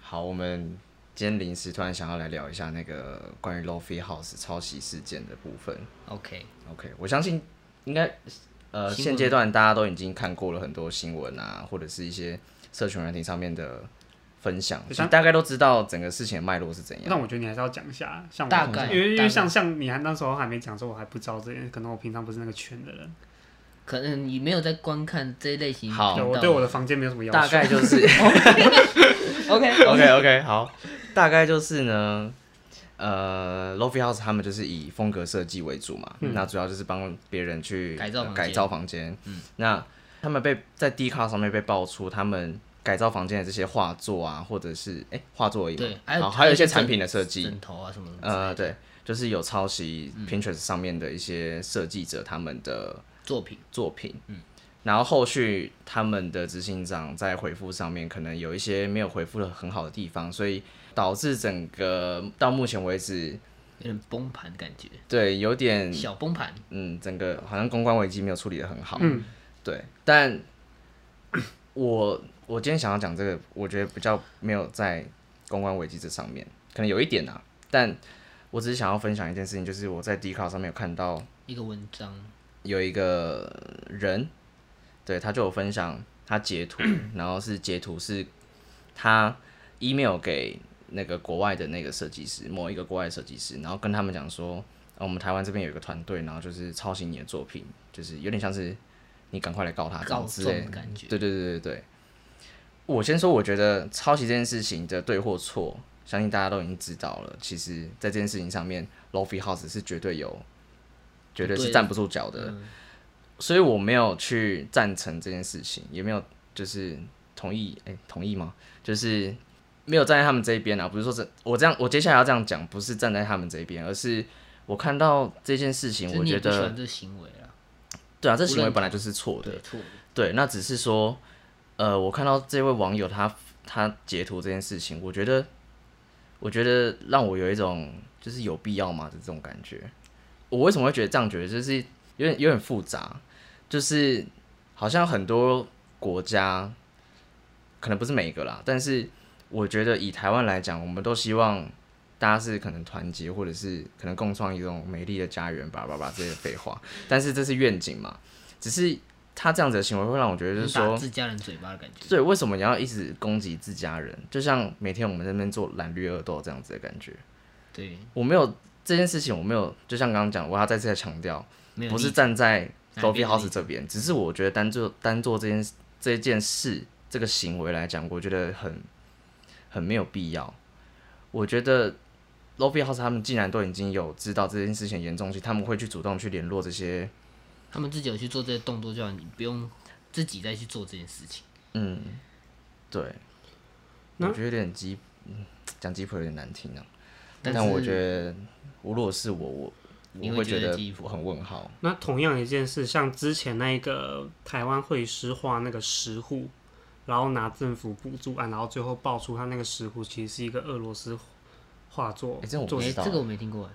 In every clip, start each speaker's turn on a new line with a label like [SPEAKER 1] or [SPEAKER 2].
[SPEAKER 1] 好，我们今天临时突然想要来聊一下那个关于 LoFi House 抄袭事件的部分。
[SPEAKER 2] OK，
[SPEAKER 1] OK，我相信应该呃
[SPEAKER 2] 新闻
[SPEAKER 1] 现阶段大家都已经看过了很多新闻啊，或者是一些社群软体上面的分享，
[SPEAKER 3] 对
[SPEAKER 1] 其实大概都知道整个事情的脉络是怎样。
[SPEAKER 3] 那我觉得你还是要讲一下，啊像我
[SPEAKER 2] 大概
[SPEAKER 3] 因为因
[SPEAKER 2] 大概
[SPEAKER 3] 为像像你还那时候还没讲，说我还不知道这些，可能我平常不是那个圈的人，
[SPEAKER 2] 可能你没有在观看这一类型频
[SPEAKER 1] 好
[SPEAKER 2] 道。
[SPEAKER 3] 对我对我的房间没有什么要求。
[SPEAKER 1] 哦大概就是
[SPEAKER 2] OK
[SPEAKER 1] OK OK 好，大概就是呢，呃，LoFi House 他们就是以风格设计为主嘛，那主要就是帮别人去呃
[SPEAKER 2] 改造房间
[SPEAKER 1] 改造房间。嗯，那他们被在 d 卡上面被爆出他们。改造房间的这些画作啊，或者是哎画、作而已嘛，
[SPEAKER 2] 对，还有
[SPEAKER 1] 好还有一些
[SPEAKER 2] 还
[SPEAKER 1] 产品的设计，
[SPEAKER 2] 枕头啊什么什么之类的
[SPEAKER 1] 呃，对，就是有抄袭 Pinterest 上面的一些设计者他们的
[SPEAKER 2] 作品。
[SPEAKER 1] 作品，嗯，然后后续他们的执行长在回复上面可能有一些没有回复的很好的地方，所以导致整个到目前为止，
[SPEAKER 2] 有点崩盘感觉，
[SPEAKER 1] 对，有点
[SPEAKER 2] 小崩盘。
[SPEAKER 1] 嗯，整个好像公关危机没有处理的很好，
[SPEAKER 3] 嗯，
[SPEAKER 1] 对，但我我今天想要讲这个，我觉得比较没有在公关危机这上面，可能有一点啊，但我只是想要分享一件事情，就是我在 d 卡上面有看到
[SPEAKER 2] 一个文章，
[SPEAKER 1] 有一个人，对他就有分享他截图，然后是截图是他 email 给那个国外的那个设计师，某一个国外设计师，然后跟他们讲说，呃我们台湾这边有一个团队，然后就是抄袭你的作品，就是有点像是你赶快来告他这样
[SPEAKER 2] 告
[SPEAKER 1] 之类
[SPEAKER 2] 状的感觉
[SPEAKER 1] 对对对对对，我先说，我觉得抄袭这件事情的对或错，相信大家都已经知道了。其实，在这件事情上面，Lofi House 是绝对有，绝对
[SPEAKER 2] 对
[SPEAKER 1] 是
[SPEAKER 2] 的
[SPEAKER 1] 站不住脚的。
[SPEAKER 2] 嗯
[SPEAKER 1] 所以我没有去赞成这件事情，也没有就是同意，哎、同意吗？就是没有站在他们这一边啊，不是说这我这样，我接下来要这样讲，不是站在他们这一边，而是我看到这件事情，
[SPEAKER 2] 就是
[SPEAKER 1] 我
[SPEAKER 2] 你也
[SPEAKER 1] 觉
[SPEAKER 2] 不喜欢
[SPEAKER 1] 得
[SPEAKER 2] 这个行为啦，
[SPEAKER 1] 对啊，
[SPEAKER 2] 无
[SPEAKER 1] 这行为
[SPEAKER 2] 论
[SPEAKER 1] 本来就是错的
[SPEAKER 2] 对，，错的，
[SPEAKER 1] 对，那只是说，呃，我看到这位网友他他截图这件事情，我觉得，我觉得让我有一种就是有必要吗的这种感觉。我为什么会觉得这样觉得，就是有点有点复杂，就是好像很多国家，可能不是每一个啦，但是我觉得以台湾来讲，我们都希望大家是可能团结，或者是可能共创一种美丽的家园，叭叭叭这些废话。但是这是愿景嘛，只是他这样子的行为会让我觉得就是
[SPEAKER 2] 能
[SPEAKER 1] 说
[SPEAKER 2] 打，自家人嘴巴的感觉。
[SPEAKER 1] 对，为什么你要一直攻击自家人？就像每天我们在那边做蓝绿恶斗这样子的感觉。
[SPEAKER 2] 对，
[SPEAKER 1] 我没有这件事情，我没有，就像刚刚讲，我要再次的强调，
[SPEAKER 2] 没有
[SPEAKER 1] 不是
[SPEAKER 2] 立场
[SPEAKER 1] 站在
[SPEAKER 2] 哪
[SPEAKER 1] Sophie
[SPEAKER 2] 边的
[SPEAKER 1] House
[SPEAKER 2] 立
[SPEAKER 1] 这边，只是我觉得单做单做这件这件事这个行为来讲，我觉得很很没有必要。我觉得 Sophie House 他们既然都已经有知道这件事情的严重性，他们会去主动去联络这些，
[SPEAKER 2] 他们自己有去做这些动作，就好，你不用自己再去做这件事情。
[SPEAKER 1] 嗯，对，
[SPEAKER 3] 那
[SPEAKER 1] 我觉得有点鸡，嗯讲鸡婆有点难听啊。
[SPEAKER 2] 但
[SPEAKER 1] 但我
[SPEAKER 2] 是
[SPEAKER 1] 觉得，如果是我，我
[SPEAKER 2] 你
[SPEAKER 1] 我
[SPEAKER 2] 会
[SPEAKER 1] 会
[SPEAKER 2] 觉
[SPEAKER 1] 觉
[SPEAKER 2] 得
[SPEAKER 1] 得
[SPEAKER 2] 鸡婆
[SPEAKER 1] 我很问号。
[SPEAKER 3] 那同样一件事，像之前那个台湾会师画那个石户，然后拿政府补助案，然后最后爆出他那个石户其实是一个俄罗斯画作
[SPEAKER 1] 诶这我不
[SPEAKER 3] 作
[SPEAKER 1] 知
[SPEAKER 2] 哎，
[SPEAKER 1] 道
[SPEAKER 2] 这个我没听过，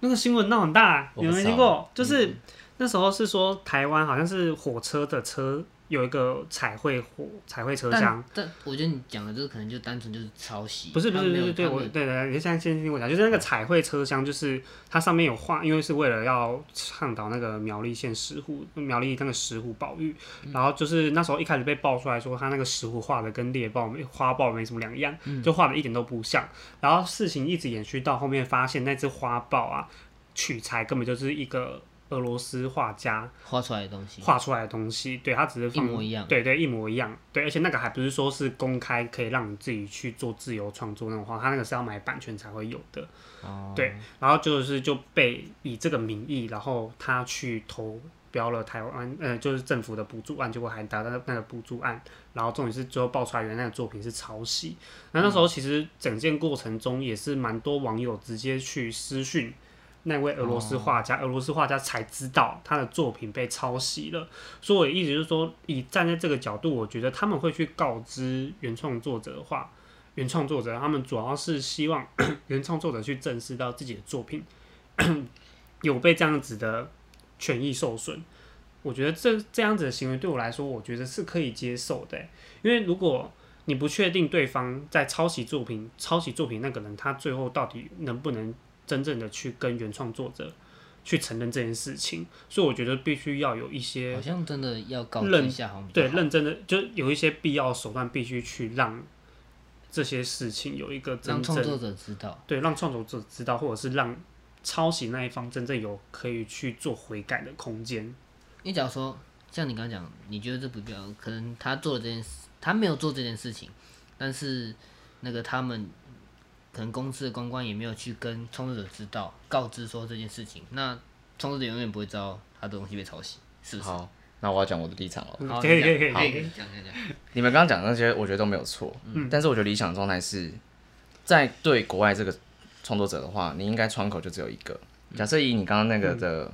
[SPEAKER 3] 那个新闻闹很大、啊
[SPEAKER 1] 我
[SPEAKER 3] 你
[SPEAKER 1] 不
[SPEAKER 3] 们没
[SPEAKER 1] 知道嗯
[SPEAKER 3] 听过？就是、那时候是说台湾好像是火车的车有一个彩绘火彩绘车厢，
[SPEAKER 2] 但但我觉得你讲的这个可能就单纯就是抄袭，
[SPEAKER 3] 不是不
[SPEAKER 2] 他
[SPEAKER 3] 是
[SPEAKER 2] 没
[SPEAKER 3] 不
[SPEAKER 2] 有
[SPEAKER 3] 是对
[SPEAKER 2] 他
[SPEAKER 3] 我
[SPEAKER 2] 没有
[SPEAKER 3] 对对，你现在先听我讲，就是那个彩绘车厢，就是它上面有画，因为是为了要倡导那个苗栗县石虎苗栗那个石虎保育，
[SPEAKER 2] 嗯
[SPEAKER 3] 然后就是那时候一开始被爆出来说他那个石虎画的跟猎豹没花豹没什么两样，
[SPEAKER 2] 嗯
[SPEAKER 3] 就画的一点都不像，然后事情一直延续到后面发现那只花豹啊，取材根本就是一个俄罗斯画家
[SPEAKER 2] 画出来的东西，
[SPEAKER 3] 画出来的东西，对，它只是
[SPEAKER 2] 一
[SPEAKER 3] 放
[SPEAKER 2] 模一样。
[SPEAKER 3] 对对，一模一样。对，而且那个还不是说是公开可以让你自己去做自由创作那种画，它那个是要买版权才会有的。
[SPEAKER 2] 哦，
[SPEAKER 3] 对，然后就是就被以这个名义，然后他去投标了台湾，呃，就是政府的补助案，结果还达到那个补助案，然后重点是最后爆出来原来的作品是抄袭。那那时
[SPEAKER 2] 嗯
[SPEAKER 3] 候其实整件过程中也是蛮多网友直接去私讯。那位俄罗
[SPEAKER 2] 哦
[SPEAKER 3] 斯画家，俄罗斯画家才知道他的作品被抄袭了，所以我的意思就是说，以站在这个角度，我觉得他们会去告知原创作者的话，原创作者他们主要是希望 原创作者去正视到自己的作品 有被这样子的权益受损。我觉得这这样子的行为对我来说，我觉得是可以接受的欸、因为如果你不确定对方在抄袭作品、抄袭作品那个人，他最后到底能不能真正的去跟原创作者去承认这件事情，所以我觉得必须要有一些
[SPEAKER 2] 好像真的要告知
[SPEAKER 3] 认
[SPEAKER 2] 一下，好像比较
[SPEAKER 3] 对
[SPEAKER 2] 好
[SPEAKER 3] 认真的，就有一些必要手段必须去让这些事情有一个真
[SPEAKER 2] 让创
[SPEAKER 3] 正
[SPEAKER 2] 作者知道。
[SPEAKER 3] 对让创作者知道，或者是让抄袭那一方真正有可以去做悔改的空间。
[SPEAKER 2] 你假如说像你刚刚讲，你觉得这不必要，可能他做了这件事，他没有做这件事情，但是那个他们可能公司的公关也没有去跟创作者知道告知说这件事情，那创作者永远不会知道他的东西被抄袭，是不是？
[SPEAKER 1] 好，那我要讲我的立场了。
[SPEAKER 3] 嗯
[SPEAKER 2] 好
[SPEAKER 3] 可以
[SPEAKER 2] 你
[SPEAKER 3] 可以
[SPEAKER 2] 讲
[SPEAKER 3] 可以可以可以，
[SPEAKER 2] 讲讲讲。
[SPEAKER 1] 你们刚刚讲的那些，我觉得都没有错。嗯，但是我觉得理想的状态是，在对国外这个创作者的话，你应该窗口就只有一个。假设以你刚刚那
[SPEAKER 3] 嗯
[SPEAKER 1] 个的、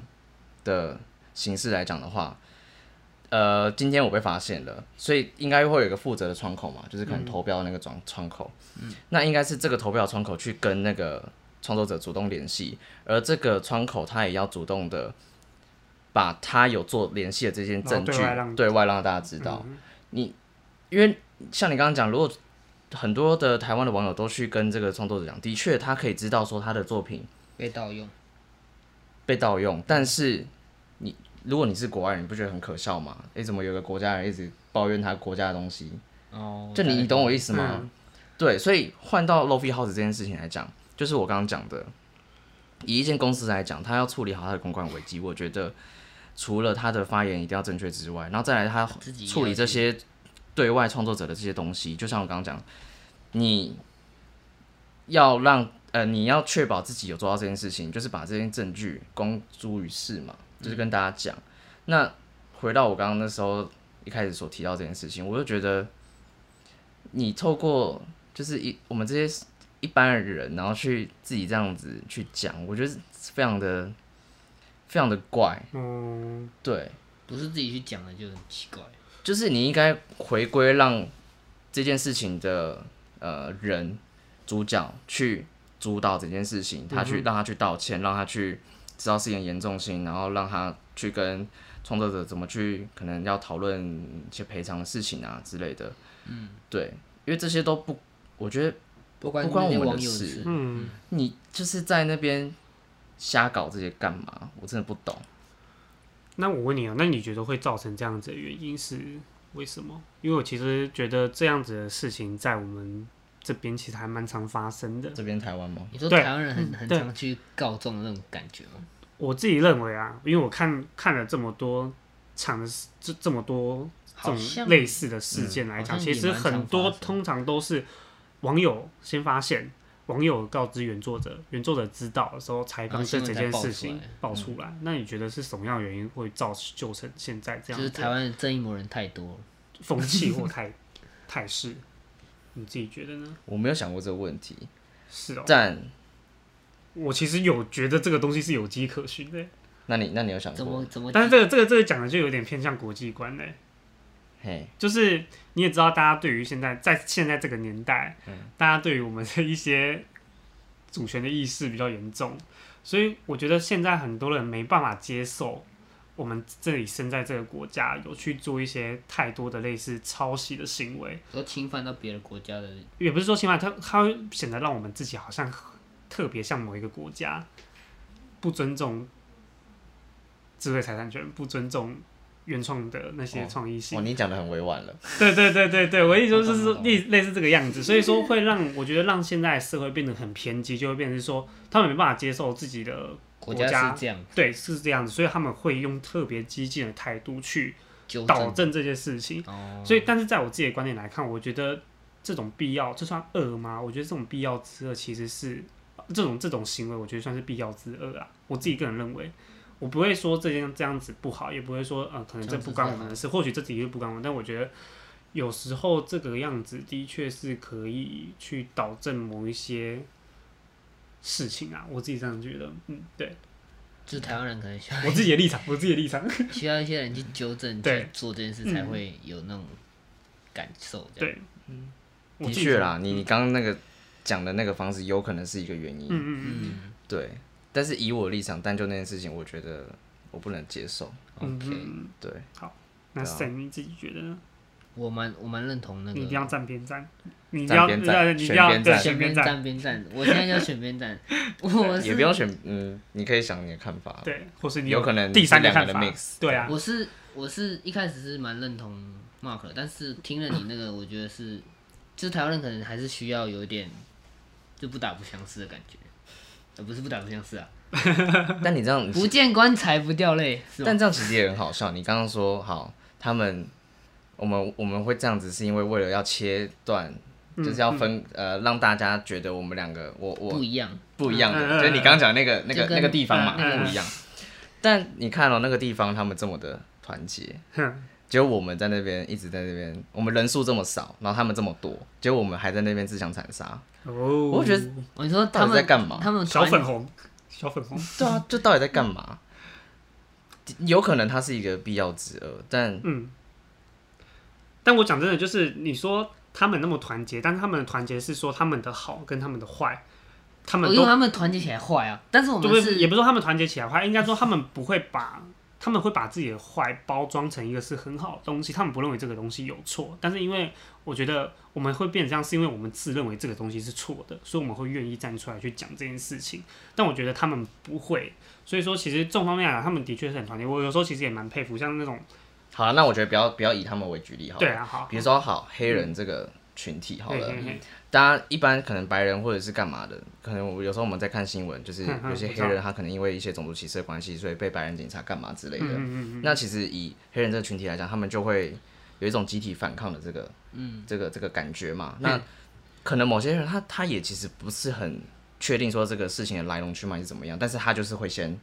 [SPEAKER 1] 的形式来讲的话，呃，今天我被发现了，所以应该会有一个负责的窗口嘛，就是可
[SPEAKER 3] 嗯
[SPEAKER 1] 能投标的那个窗窗口。嗯，那应该是这个投标的窗口去跟那个创作者主动联系，而这个窗口他也要主动的把他有做联系的这些
[SPEAKER 3] 然后
[SPEAKER 1] 证
[SPEAKER 3] 对
[SPEAKER 1] 据
[SPEAKER 3] 外让嗯
[SPEAKER 1] 对外让大家知道。因为像你刚刚讲，如果很多的台湾的网友都去跟这个创作者讲，的确他可以知道说他的作品
[SPEAKER 2] 被盗用，
[SPEAKER 1] 被盗用，但是你如果你是国外人，你不觉得很可笑吗？诶，怎么有个国家人一直抱怨他国家的东西？
[SPEAKER 2] 哦，
[SPEAKER 1] 就你你懂我意思吗？
[SPEAKER 3] 嗯
[SPEAKER 1] 对，所以换到 Lofi House 这件事情来讲，就是我刚刚讲的，以一间公司来讲，他要处理好他的公关危机，我觉得除了他的发言一定要正确之外，然后再来他
[SPEAKER 2] 自己也要
[SPEAKER 1] 处理这些对外创作者的这些东西，就像我刚刚讲，你要让呃你要确保自己有做到这件事情，就是把这些证据公诸于世嘛，就是跟大家讲。那回到我刚刚那时候一开始所提到这件事情，我就觉得你透过就是一我们这些一般的人，然后去自己这样子去讲，我觉得是非常的非常的怪，
[SPEAKER 3] 嗯，
[SPEAKER 1] 对。
[SPEAKER 2] 不是自己去讲的就很奇怪。
[SPEAKER 1] 就是你应该回归让这件事情的呃人主角去主导整件事情，他去让他去道歉，让他去知道事情的严重性，然后让他去跟创作者怎么去可能要讨论一些赔偿的事情啊之类的。嗯，对，因为这些都不，我觉得
[SPEAKER 2] 不关
[SPEAKER 1] 不关
[SPEAKER 2] 那些
[SPEAKER 1] 我们的
[SPEAKER 2] 网友
[SPEAKER 1] 事
[SPEAKER 2] 事，
[SPEAKER 1] 你就是在那边瞎搞这些干嘛？我真的不懂。
[SPEAKER 3] 那我问你啊，那你觉得会造成这样子的原因是为什么？因为我其实觉得这样子的事情在我们这边其实还蛮常发生的。
[SPEAKER 1] 这边台湾吗？
[SPEAKER 2] 你说
[SPEAKER 3] 对
[SPEAKER 2] 台湾人很很
[SPEAKER 3] 对
[SPEAKER 2] 常去告状的那种感觉吗？
[SPEAKER 3] 我自己认为啊，因为我看看了这么多场的事这这么多这
[SPEAKER 2] 好
[SPEAKER 3] 种
[SPEAKER 2] 像嗯
[SPEAKER 3] 类似的事件来
[SPEAKER 2] 好
[SPEAKER 3] 讲，
[SPEAKER 2] 像
[SPEAKER 3] 其
[SPEAKER 2] 也
[SPEAKER 3] 实
[SPEAKER 2] 蛮常
[SPEAKER 3] 很多
[SPEAKER 2] 发生
[SPEAKER 3] 通常都是网友先发现，网友告知原作者，原作者知道的时候才
[SPEAKER 2] 然后
[SPEAKER 3] 刚这
[SPEAKER 2] 新闻
[SPEAKER 3] 整
[SPEAKER 2] 才
[SPEAKER 3] 件
[SPEAKER 2] 爆
[SPEAKER 3] 事
[SPEAKER 2] 出
[SPEAKER 3] 情
[SPEAKER 2] 来嗯
[SPEAKER 3] 爆出来。那你觉得是什么样的原因会造就成现在
[SPEAKER 2] 就
[SPEAKER 3] 这样子
[SPEAKER 2] 是台湾的正义魔人太多了。
[SPEAKER 3] 风气或态 态势，你自己觉得呢？
[SPEAKER 1] 我没有想过这个问题，
[SPEAKER 3] 是哦，
[SPEAKER 1] 但
[SPEAKER 3] 我其实有觉得这个东西是有迹可循的，
[SPEAKER 1] 那你那你有想
[SPEAKER 2] 怎
[SPEAKER 1] 过
[SPEAKER 2] 么？怎么？
[SPEAKER 3] 但是这个这个这个讲的就有点偏向国际观嘞，
[SPEAKER 1] 嘿，
[SPEAKER 3] 就是你也知道，大家对于现在在现在这个年代，大家对于我们的一些主权的意识比较严重，所以我觉得现在很多人没办法接受。我们这里身在这个国家，有去做一些太多的类似抄袭的行为，
[SPEAKER 2] 都侵犯到别的国家的，
[SPEAKER 3] 也不是说侵犯，它它会显得让我们自己好像特别像某一个国家，不尊重智慧财产权，不尊重原创的那些创意性。
[SPEAKER 1] 哦，你讲的很委婉了。
[SPEAKER 3] 对对对对对，我意思就
[SPEAKER 2] 我
[SPEAKER 3] 是
[SPEAKER 2] 懂
[SPEAKER 3] 说
[SPEAKER 2] 我懂
[SPEAKER 3] 类类似这个样子，所以
[SPEAKER 2] 嗯
[SPEAKER 3] 说会让我觉得让现在社会变得很偏激，就会变成说他们没办法接受自己的
[SPEAKER 2] 国
[SPEAKER 3] 国家
[SPEAKER 2] 是这样
[SPEAKER 3] 对是这样子，所以他们会用特别激进的态度去
[SPEAKER 2] 纠
[SPEAKER 3] 导
[SPEAKER 2] 正。
[SPEAKER 3] 正这些事情。
[SPEAKER 2] 哦，
[SPEAKER 3] 所以，但是在我自己的观点来看，我觉得这种必要，这算恶吗？我觉得这种必要之恶其实是这种这种行为，我觉得算是必要之恶啊。我自己个人认为，我不会说这件这样子不好，也不会说呃，可能这不关我们的事，或许这的确不关我们，但我觉得有时候这个样子的确是可以去导正某一些事情啊。我自己这样觉得，嗯，对
[SPEAKER 2] 就是台湾人可能 需
[SPEAKER 3] 我自己的立场，我自己的立场。
[SPEAKER 2] 要需要一些人去纠正，
[SPEAKER 3] 对嗯
[SPEAKER 2] 去做这件事才会有那种感受。这样
[SPEAKER 3] 对，嗯，
[SPEAKER 1] 的确啦，你你刚刚那个讲的那个方式，有可能是一个原因。
[SPEAKER 3] 嗯嗯嗯
[SPEAKER 2] 嗯
[SPEAKER 1] 对，但是以我的立场，但就那件事情，我觉得我不能接受。
[SPEAKER 3] 嗯
[SPEAKER 2] ，OK，
[SPEAKER 3] 嗯，
[SPEAKER 1] 对，
[SPEAKER 3] 那 Sam 你自己觉得呢？
[SPEAKER 2] 我蛮我蛮认同那
[SPEAKER 3] 你一定
[SPEAKER 2] 个
[SPEAKER 3] 要站边站，你一定
[SPEAKER 1] 站
[SPEAKER 3] 要
[SPEAKER 1] 边
[SPEAKER 3] 对
[SPEAKER 1] 站
[SPEAKER 3] 你一
[SPEAKER 1] 选
[SPEAKER 3] 定要
[SPEAKER 1] 边
[SPEAKER 3] 对
[SPEAKER 1] 站
[SPEAKER 3] 选边
[SPEAKER 2] 边
[SPEAKER 3] 站，
[SPEAKER 2] 站边站，我现在叫选边站， 我
[SPEAKER 1] 也
[SPEAKER 2] 是
[SPEAKER 1] 不用选，嗯，你可以想你的看法，
[SPEAKER 3] 对，或是你
[SPEAKER 1] 有可能
[SPEAKER 3] 第三
[SPEAKER 1] 是两
[SPEAKER 3] 看
[SPEAKER 1] 个
[SPEAKER 3] 法
[SPEAKER 1] 的 mix，
[SPEAKER 3] 对啊，
[SPEAKER 2] 我是我是一开始是蛮认同 Mark，的但是听了你那个，我觉得是，就是台湾人可能还是需要有一点就不打不相识的感觉，呃，不是不打不相识啊，
[SPEAKER 1] 但你这样，
[SPEAKER 2] 不见棺材不掉泪是吧？
[SPEAKER 1] 但这样其实也很好笑。你刚刚说好，他们我们我们会这样子，是因为为了要切断，
[SPEAKER 3] 嗯
[SPEAKER 1] 就是要分、呃，让大家觉得我们两个我
[SPEAKER 2] 不
[SPEAKER 1] 我
[SPEAKER 2] 一样，
[SPEAKER 1] 不一样的，
[SPEAKER 3] 嗯嗯嗯
[SPEAKER 1] 就是你刚刚讲那个那个
[SPEAKER 2] 就跟
[SPEAKER 1] 那个地方嘛、
[SPEAKER 3] 嗯嗯嗯
[SPEAKER 1] 不一样。但你看哦，那个地方他们这么的团结，
[SPEAKER 3] 哼，
[SPEAKER 1] 结果我们在那边一直在那边，我们人数这么少，然后他们这么多，结果我们还在那边自相残杀。
[SPEAKER 3] 哦，
[SPEAKER 1] 我觉得
[SPEAKER 2] 我哦你说
[SPEAKER 1] 到
[SPEAKER 2] 他
[SPEAKER 1] 底在
[SPEAKER 2] 们
[SPEAKER 1] 干嘛？
[SPEAKER 2] 他们
[SPEAKER 3] 小
[SPEAKER 2] 团
[SPEAKER 3] 粉红，小粉红，
[SPEAKER 1] 对啊，就到底在干嘛？有可能它是一个必要之恶，但
[SPEAKER 3] 嗯，但我讲真的，就是你说他们那么团结，但是他们的团结是说他们的好跟他们的坏，他们
[SPEAKER 2] 哦因为
[SPEAKER 3] 都
[SPEAKER 2] 他们团结起来坏啊，但是我
[SPEAKER 3] 就
[SPEAKER 2] 们
[SPEAKER 3] 是也
[SPEAKER 2] 是
[SPEAKER 3] 不是说他们团结起来坏，应该说他们不会把他们会把自己的坏包装成一个是很好的东西，他们不认为这个东西有错，但是因为我觉得我们会变成这样，是因为我们自认为这个东西是错的，所以我们会愿意站出来去讲这件事情。但我觉得他们不会，所以说其实这种方面来啊讲，他们的确是很团结。我有时候其实也蛮佩服，像那种
[SPEAKER 1] 好了，那我觉得不要不要以他们为举例好了。
[SPEAKER 3] 对啊，好，嗯
[SPEAKER 1] 比如说好黑人这个群体好
[SPEAKER 3] 嘿
[SPEAKER 1] 了，
[SPEAKER 3] 嘿嘿
[SPEAKER 1] 大家一般可能白人或者是干嘛的，可能我有时候我们在看新闻，就是
[SPEAKER 3] 嗯嗯
[SPEAKER 1] 有些
[SPEAKER 3] 我
[SPEAKER 1] 黑
[SPEAKER 3] 知道
[SPEAKER 1] 人他可能因为一些种族歧视的关系，所以被白人警察干嘛之类的。
[SPEAKER 3] 嗯嗯嗯
[SPEAKER 1] 那其实以黑人这个群体来讲，他们就会有一种集体反抗的这个，嗯，这个这个感觉嘛。
[SPEAKER 3] 嗯
[SPEAKER 1] 那可能某些人他他也其实不是很确定说这个事情的来龙去脉是怎么样，但是他就是会先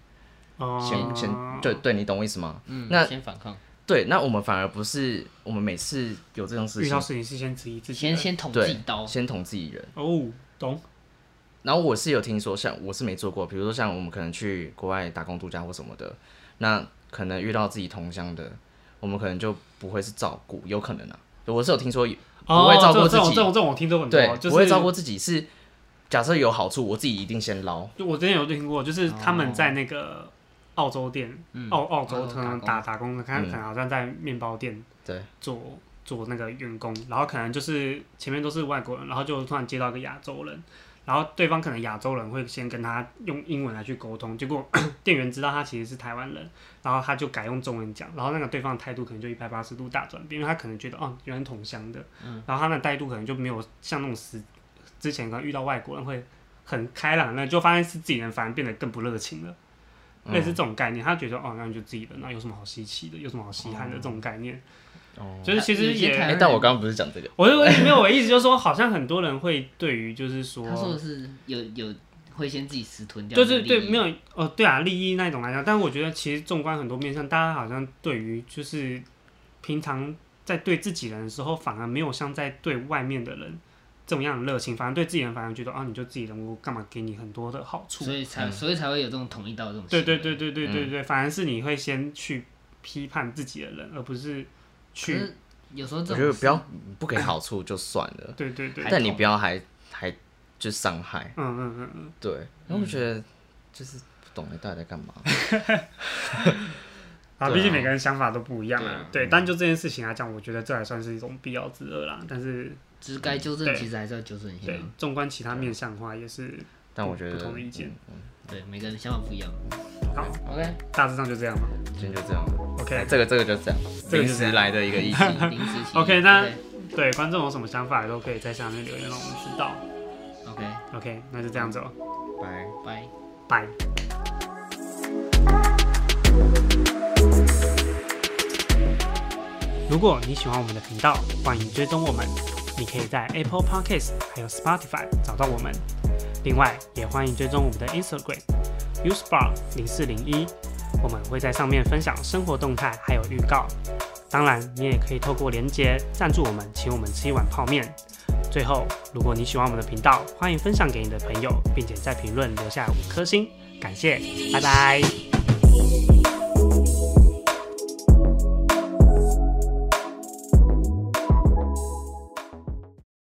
[SPEAKER 3] 哦，
[SPEAKER 1] 先先对对，你懂我意思吗？
[SPEAKER 2] 嗯
[SPEAKER 1] 那
[SPEAKER 2] 先反抗，
[SPEAKER 1] 对，那我们反而不是我们每次有这种事
[SPEAKER 3] 遇
[SPEAKER 1] 情
[SPEAKER 3] 到，事情是先质疑自己
[SPEAKER 2] 先
[SPEAKER 3] 的，
[SPEAKER 2] 先捅自
[SPEAKER 1] 对
[SPEAKER 2] 己刀，，
[SPEAKER 1] 先捅自己人。
[SPEAKER 3] 哦，懂，
[SPEAKER 1] 然后我是有听说，像我是没做过，比如说像我们可能去国外打工度假或什么的，那可能遇到自己同乡的，我们可能就不会是照顾，有可能啊。我是有听说，不会照顾
[SPEAKER 3] 哦这种
[SPEAKER 1] 自己
[SPEAKER 3] 这种这种嗯这种我听都很多
[SPEAKER 1] 对，，
[SPEAKER 3] 就是
[SPEAKER 1] 不会照顾自己是假设有好处，我自己一定先捞。
[SPEAKER 3] 就我之前有听过，就是他们在那个澳洲店，澳
[SPEAKER 2] 嗯
[SPEAKER 3] 澳
[SPEAKER 2] 澳
[SPEAKER 3] 洲
[SPEAKER 2] 洲
[SPEAKER 3] 可能哦打
[SPEAKER 2] 打
[SPEAKER 3] 打工，看
[SPEAKER 1] 嗯
[SPEAKER 3] 可能好像在面包店
[SPEAKER 1] 对
[SPEAKER 3] 做做那个员工，然后可能就是前面都是外国人，然后就突然接到一个亚洲人，然后对方可能亚洲人会先跟他用英文来去沟通，结果 店员知道他其实是台湾人，然后他就改用中文讲，然后那个对方态度可能就一百八十度大转变，因为他可能觉得哦原来同乡的，然后他的态度可能就没有像那种时之前可能遇到外国人会很开朗，那就发现是自己人反而变得更不热情了。类似这种概念，他觉得哦，那你就自己人，那有什么好稀奇的，有什么好稀罕的这种概念，
[SPEAKER 1] 哦，
[SPEAKER 3] 就是其实
[SPEAKER 2] 有些
[SPEAKER 3] 也
[SPEAKER 2] 台
[SPEAKER 1] 哎、
[SPEAKER 2] 湾
[SPEAKER 1] 但我刚刚不是讲这个，
[SPEAKER 3] 我就我也没有，我意思就是说，好像很多人会对于就是说，
[SPEAKER 2] 他说的是有有会先自己私吞掉
[SPEAKER 3] 就
[SPEAKER 2] 那个
[SPEAKER 3] 是
[SPEAKER 2] 利益，
[SPEAKER 3] 对没有哦，对啊，利益那一种来讲，但我觉得其实纵观很多面向，大家好像对于就是平常在对自己人的时候，反而没有像在对外面的人这种样的热情，反而对自己人反而觉得啊，你就自己人，我干嘛给你很多的好处？
[SPEAKER 2] 所以
[SPEAKER 1] 嗯
[SPEAKER 2] 才所以才会有这种捅一刀这种，
[SPEAKER 3] 对对对，对对对对，反而是你会先去批判自己的人，而不是
[SPEAKER 2] 可
[SPEAKER 3] 去
[SPEAKER 2] 是有时候
[SPEAKER 1] 我
[SPEAKER 2] 这
[SPEAKER 1] 觉得
[SPEAKER 2] 种
[SPEAKER 1] 不要不给好处就算了，
[SPEAKER 3] 对对对，
[SPEAKER 2] 还
[SPEAKER 1] 但你
[SPEAKER 2] 捅
[SPEAKER 1] 不要还还就伤害。
[SPEAKER 3] 嗯嗯嗯嗯，
[SPEAKER 1] 对，然后我觉得就是不懂你到底在干嘛。
[SPEAKER 3] 啊，
[SPEAKER 1] 对啊
[SPEAKER 3] 毕竟每个人想法都不一样
[SPEAKER 1] 对
[SPEAKER 3] 啊
[SPEAKER 1] 啊。
[SPEAKER 3] 对，但就这件事情来讲，我觉得这还算是一种必要之恶啦。但是，
[SPEAKER 2] 就是该纠正
[SPEAKER 3] 对
[SPEAKER 2] 其实还是要纠正一下
[SPEAKER 3] 对，，纵观其他面向的话，也是
[SPEAKER 1] 但我觉得
[SPEAKER 3] 不同的意见
[SPEAKER 2] 对，每个人想法不一样
[SPEAKER 3] 好，
[SPEAKER 2] ，OK，
[SPEAKER 3] 大致上就这样嘛。
[SPEAKER 1] 今天就这样了。哎
[SPEAKER 3] OK，
[SPEAKER 1] 这个这个就这样，
[SPEAKER 3] 这个
[SPEAKER 1] 临
[SPEAKER 3] 就这
[SPEAKER 1] 时
[SPEAKER 3] 样
[SPEAKER 1] 来的一个意见。
[SPEAKER 2] 临时起意
[SPEAKER 3] OK，那
[SPEAKER 2] OK，
[SPEAKER 3] 对观众有什么想法都可以在下面留言让我们知道。
[SPEAKER 2] OK，
[SPEAKER 3] OK，那就这样子哦了，
[SPEAKER 1] 拜。
[SPEAKER 2] 拜。
[SPEAKER 3] 拜。如果你喜欢我们的频道，欢迎追踪我们。你可以在 Apple Podcast 还有 Spotify 找到我们。另外，也欢迎追踪我们的 Instagram usebar 零四零一，我们会在上面分享生活动态还有预告。当然，你也可以透过连接赞助我们，请我们吃一碗泡面。最后，如果你喜欢我们的频道，欢迎分享给你的朋友，并且在评论留下五颗星，感谢，拜拜。